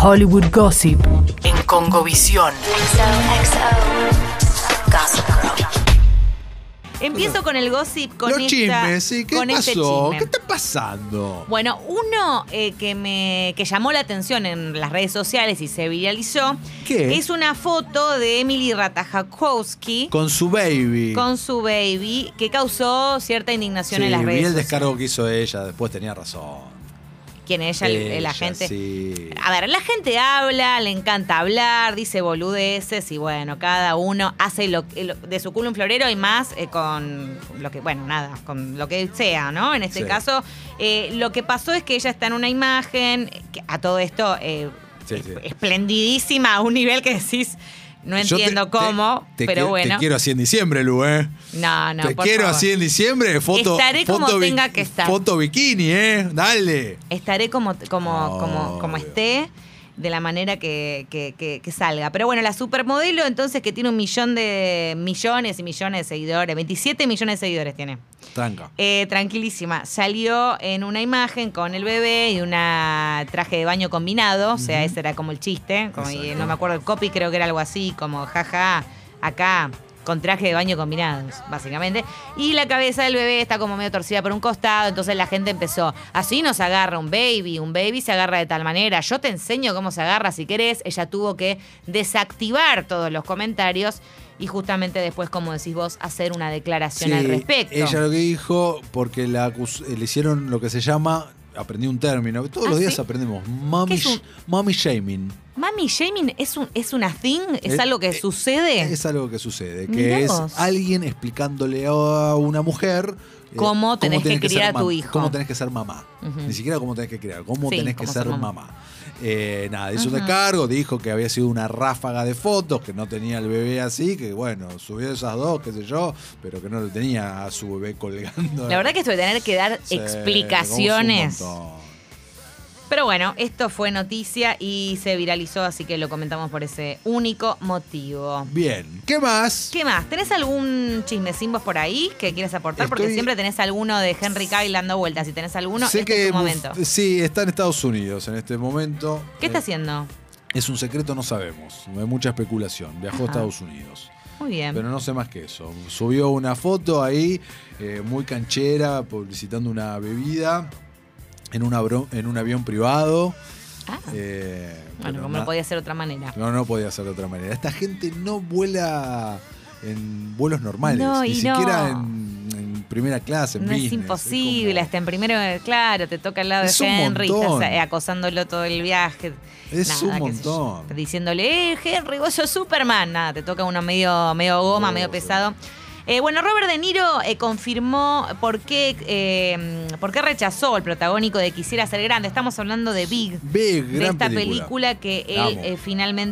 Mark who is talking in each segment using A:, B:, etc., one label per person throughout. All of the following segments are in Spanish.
A: Hollywood Gossip en Congovisión.
B: Empiezo con el gossip, con
C: Los
B: esta-
C: chismes, sí. ¿Qué
B: con
C: pasó?
B: este chisme.
C: ¿Qué está pasando?
B: Bueno, uno eh, que me que llamó la atención en las redes sociales y se viralizó
C: ¿Qué?
B: es una foto de Emily Ratajakowski con,
C: Con su baby.
B: su baby que causó cierta indignación
C: Sí,
B: en las
C: vi
B: redes.
C: el
B: sociales.
C: descargo que hizo ella, después tenía razón.
B: Quien ella, el- la
C: Ella,
B: gente. Ah,
C: sí.
B: A ver, la gente habla, le encanta hablar, dice boludeces y bueno, cada uno hace lo, eh, lo- de su culo un florero y más eh, con lo que, bueno, nada, con lo que sea, ¿no? En este
C: Sí.
B: caso, eh, lo que pasó es que ella está en una imagen, que a todo esto, eh,
C: Sí,
B: es-
C: sí.
B: esplendidísima, a un nivel que decís, no
C: Yo te-
B: entiendo
C: te-
B: cómo,
C: te
B: pero
C: qui-
B: bueno.
C: Te quiero así en diciembre, Lu, ¿eh?
B: no, no,
C: te
B: por
C: quiero
B: favor.
C: así en diciembre, foto.
B: Estaré
C: foto
B: como
C: bi-
B: tenga que estar.
C: Foto bikini, ¿eh? Dale.
B: Estaré como, como, como, como
C: Obvio.
B: esté, de la manera que, que- que- que salga. Pero bueno, la supermodelo, entonces, que tiene un millón de millones y millones de seguidores, 27 millones de seguidores tiene.
C: Tranca.
B: Eh, tranquilísima. Salió en una imagen con el bebé y un traje de baño combinado. O sea, ese era como el chiste. como- y
C: Exacto.
B: no me acuerdo el copy, creo que era algo así, como jaja, acá, con traje de baño combinados, básicamente. Y la cabeza del bebé está como medio torcida por un costado. Entonces la gente empezó. Así nos agarra un baby, un baby se agarra de tal manera. Yo te enseño cómo se agarra si querés. Ella tuvo que desactivar todos los comentarios. Y justamente después, como decís vos, hacer una declaración al
C: Sí,
B: respecto.
C: Ella lo que dijo, porque la acus- eh, le hicieron lo que se llama, aprendí un término, que todos
B: ¿Ah,
C: los días
B: sí?
C: aprendemos, mommy,
B: ¿Qué es un-
C: sh- mommy shaming.
B: Mami shaming es un es una thing, es
C: Eh,
B: algo que
C: eh,
B: sucede.
C: Es algo que sucede,
B: Mirá
C: que es
B: vos.
C: alguien explicándole a una mujer eh,
B: Cómo tenés que
C: ser
B: criar a tu
C: mam-
B: hijo.
C: Cómo tenés que ser mamá.
B: Ujú.
C: Ni siquiera cómo tenés que criar, cómo
B: Sí,
C: tenés que
B: cómo
C: ser
B: ser mamá.
C: mamá. Eh, nada, hizo un descargo, dijo que había sido una ráfaga de fotos, que no tenía el bebé así, que bueno, subió esas dos, qué sé yo, pero que no lo tenía a su bebé colgando.
B: La verdad que esto de tener que dar
C: Sí,
B: explicaciones.
C: como un montón.
B: Pero bueno, esto fue noticia y se viralizó, así que lo comentamos por ese único motivo.
C: Bien, ¿qué más?
B: ¿Qué más? ¿Tenés algún chismecín vos por ahí que quieres aportar? Porque
C: Estoy-
B: siempre tenés alguno de Henry Cavill dando vueltas. Si tenés alguno,
C: Sé
B: este es tu
C: Buf-
B: momento.
C: Sí, está en Estados Unidos en este momento.
B: ¿Qué está
C: Eh,
B: haciendo?
C: Es un secreto, no sabemos. Hay mucha especulación. Viajó a
B: Ajá.
C: Estados Unidos.
B: Muy bien.
C: Pero no sé más que eso. Subió una foto ahí, eh, muy canchera, publicitando una bebida en, una bro- en un avión privado.
B: Ah,
C: Eh,
B: bueno,
C: pero
B: como lo
C: na-
B: podía hacer de otra manera.
C: No, no podía ser de otra manera. Esta gente no vuela en vuelos normales,
B: No,
C: ni
B: y no.
C: siquiera en, en primera clase, en
B: No
C: business.
B: es imposible,
C: como-
B: hasta en primero, claro, te toca al lado
C: Es
B: de
C: un
B: Henry, estás
C: montón.
B: eh, acosándolo todo el viaje.
C: Es un
B: qué sé yo.
C: montón.
B: Diciéndole, eh, Henry, vos sos Superman. Nada, te toca uno medio, medio goma,
C: Oh,
B: medio
C: sí.
B: pesado. Eh, bueno, Robert De Niro eh, confirmó por qué, eh, por qué rechazó el protagónico de Quisiera ser grande. Estamos hablando de Big
C: Ve,
B: de
C: gran
B: esta película, que
C: La
B: él
C: amo.
B: eh,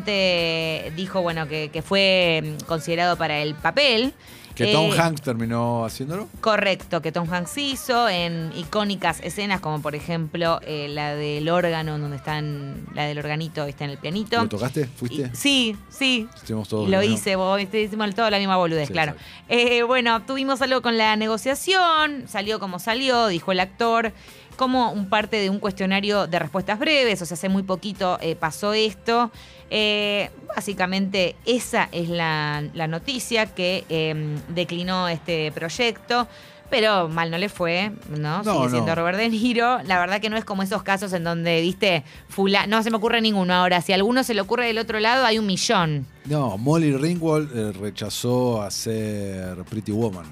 B: finalmente dijo, bueno, que, que fue mm, considerado para el papel.
C: Que Tom
B: Eh,
C: Hanks terminó haciéndolo.
B: Correcto, que Tom Hanks hizo en icónicas escenas como por ejemplo eh, la del órgano donde están la del organito está en el pianito.
C: ¿Lo tocaste? ¿Fuiste?
B: Y- sí, sí.
C: Estuvimos todos.
B: Y lo
C: ¿no?
B: hice, vos viste, hicimos todo la misma boludez,
C: Sí,
B: claro.
C: exacto.
B: Eh, bueno, tuvimos algo con la negociación, salió como salió, dijo el actor, como un parte de un cuestionario de respuestas breves, o sea, hace muy poquito eh, pasó esto. Eh, básicamente esa es la, la noticia que eh, declinó este proyecto. Pero mal no le fue, ¿no?
C: No,
B: Sigue siendo
C: no.
B: Robert De Niro. La verdad que no es como esos casos en donde, viste, fula... No se me ocurre ninguno ahora. Si a alguno se le ocurre del otro lado, hay un millón.
C: No, Molly Ringwald eh, rechazó hacer Pretty Woman.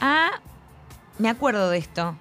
B: Ah, me acuerdo de esto.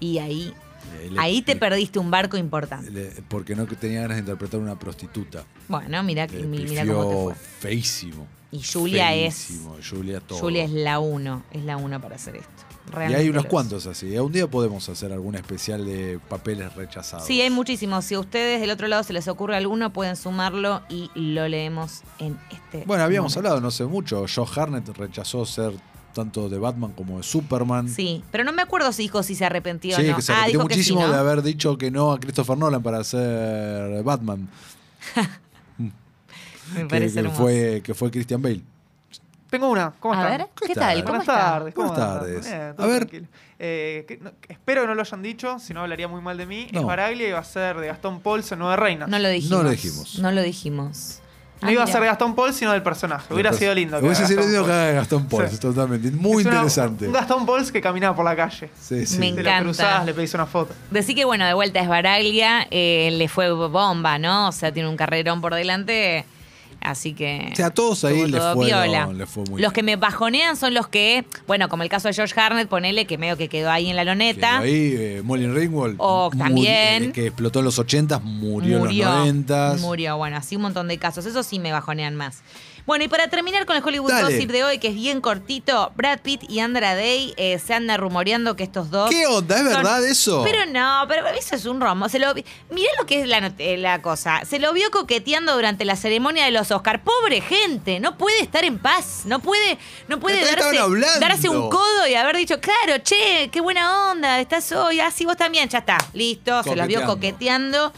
B: Y ahí,
C: Eh, le-
B: ahí te
C: le-
B: perdiste un barco importante.
C: le- porque no que tenía ganas de interpretar a una prostituta.
B: Bueno, mira,
C: Le
B: mira
C: pifió
B: cómo te fue.
C: feísimo.
B: Y Julia es-
C: Feísimo, Julia todo.
B: Julia es la uno, es la uno para hacer esto.
C: y
B: Realmente
C: hay
B: lo
C: unos
B: es.
C: cuantos así. Eh, Un día podemos hacer algún especial de papeles rechazados.
B: Sí, hay muchísimos. Si a ustedes del otro lado se les ocurre alguno, pueden sumarlo y lo leemos en este.
C: Bueno, habíamos
B: momento.
C: hablado no sé mucho. Joe Harnett rechazó ser tanto de Batman como de Superman.
B: Sí, pero no me acuerdo si dijo si se arrepentió
C: Sí,
B: o no.
C: que se
B: ah,
C: arrepintió
B: dijo
C: muchísimo
B: que sí,
C: de
B: ¿no?
C: haber dicho que no a Christopher Nolan para hacer Batman.
B: Me
C: Que,
B: parece
C: que
B: hermoso.
C: fue, que fue Christian Bale.
D: Tengo una. ¿Cómo
B: A
D: están?
B: ver. ¿Qué tal? ¿Cómo
D: Buenas
B: está?
D: tardes. ¿cómo
C: Buenas
D: andan?
C: tardes.
D: Bien,
C: A
D: todo
C: ver.
D: tranquilo. Eh, que no- que espero que no lo hayan dicho, si no hablaría muy mal de mí.
C: No.
D: Es Baraglia iba a ser de Gastón Paulsen, no de Reina.
B: No
D: No,
B: lo dijimos.
C: lo dijimos.
B: No lo dijimos. Ah,
D: iba a
B: mira.
D: ser de Gastón Paul, sino del personaje. Hubiera
C: Entonces,
D: sido lindo. que
C: Hubiese
D: haga
C: sido
D: Gastón
C: lindo que
D: Pauls.
C: haga Gastón Pauls,
D: Sí.
C: totalmente. Muy
D: Es una-
C: interesante.
D: un Gastón Pauls que caminaba por la calle.
C: Sí, sí.
B: Me
D: Te
B: encanta.
D: lo cruzabas, le pedís una foto.
B: Decí que, bueno, de vuelta es Baraglia, eh, le fue bomba, ¿no? O sea, tiene un carrerón por delante, así que...
C: O sea, a todos ahí
B: estuvo
C: les
B: todo
C: fueron-
B: piola.
C: les fue muy
B: Los
C: bien.
B: que me bajonean son los que, bueno, como el caso de George Harnett, ponele que medio que quedó ahí en la loneta.
C: Ahí, eh, Molin Ringwald.
B: O
C: muri-
B: Oh, también-
C: eh, que explotó en los 80s, murió, en los 90s.
B: Murió, bueno, así un montón de casos. Eso sí me bajonean más. Bueno, y para terminar con el Hollywood
C: Dale.
B: Gossip de hoy, que es bien cortito, Brad Pitt y Andra Day eh, se andan rumoreando que estos dos.
C: ¿Qué onda? ¿Es
B: son-
C: verdad eso?
B: Pero no, pero eso es un romo. Se lo vi- Mirá lo que es la, not- eh, la cosa. Se lo vio coqueteando durante la ceremonia de los Oscar. Pobre gente, no puede estar en paz. No puede, no puede
C: Acá estaban
B: darse,
C: hablando.
B: darse un codo y haber dicho, claro, che, qué buena onda, estás hoy, así vos también, ya está, listo, se los vio coqueteando,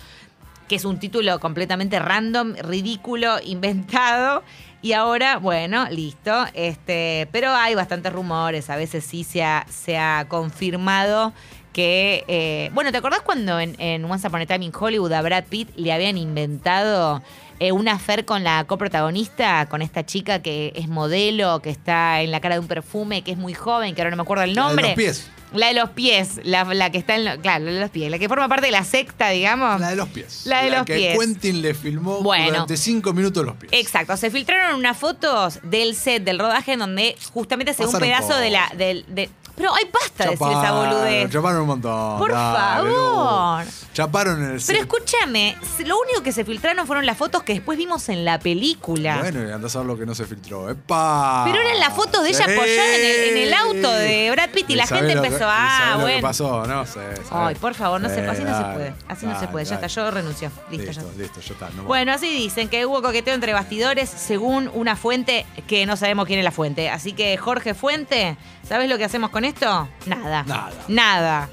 B: que es un título completamente random, ridículo, inventado. Y ahora, bueno, listo. Este, pero hay bastantes rumores. A veces sí se ha, se ha confirmado que. eh, bueno, ¿te acordás cuando en, en Once Upon a Time in Hollywood a Brad Pitt le habían inventado eh, una affair con la coprotagonista, con esta chica que es modelo, que está en la cara de un perfume, que es muy joven, que ahora no me acuerdo el
C: La de
B: nombre?
C: los pies.
B: La de los pies, la, la que está en. lo- claro, la de los pies, la que forma parte de la secta, digamos.
C: La de los pies.
B: La de los
C: que
B: pies.
C: Quentin le filmó
B: Bueno.
C: durante cinco minutos los pies.
B: Exacto, se filtraron unas fotos del set, del rodaje, en donde justamente se ve un
C: Pasaron
B: pedazo de la.
C: cosas.
B: del- de- pero hay basta de decir esa
C: Chaparon,
B: boludez.
C: Chaparon un montón.
B: Por
C: dale,
B: favor.
C: no. Chaparon en el
B: Pero
C: set.
B: escúchame, si- lo único que se filtraron fueron las fotos que después vimos en la película.
C: Bueno, y andás a ver lo que no se filtró. ¡Epa!
B: Pero eran las fotos de ella apoyada en el- en el auto de Brad Pitt y la
C: sabés
B: gente
C: lo que-
B: empezó,
C: y
B: ah,
C: sabés Lo que
B: bueno.
C: pasó, no sé.
B: Ay,
C: sabés.
B: por favor, no se,
C: Eh,
B: así no se
C: dale,
B: puede. Así no se
C: dale,
B: puede. Ya está,
C: dale.
B: yo renuncio. Listo, ya
C: Listo,
B: está.
C: listo, ya está. no más.
B: Bueno, así dicen que hubo coqueteo entre bastidores según una fuente que no sabemos quién es la fuente. Así que, Jorge Fuente, ¿sabes lo que hacemos con esto? Nada.
C: Nada.
B: Nada.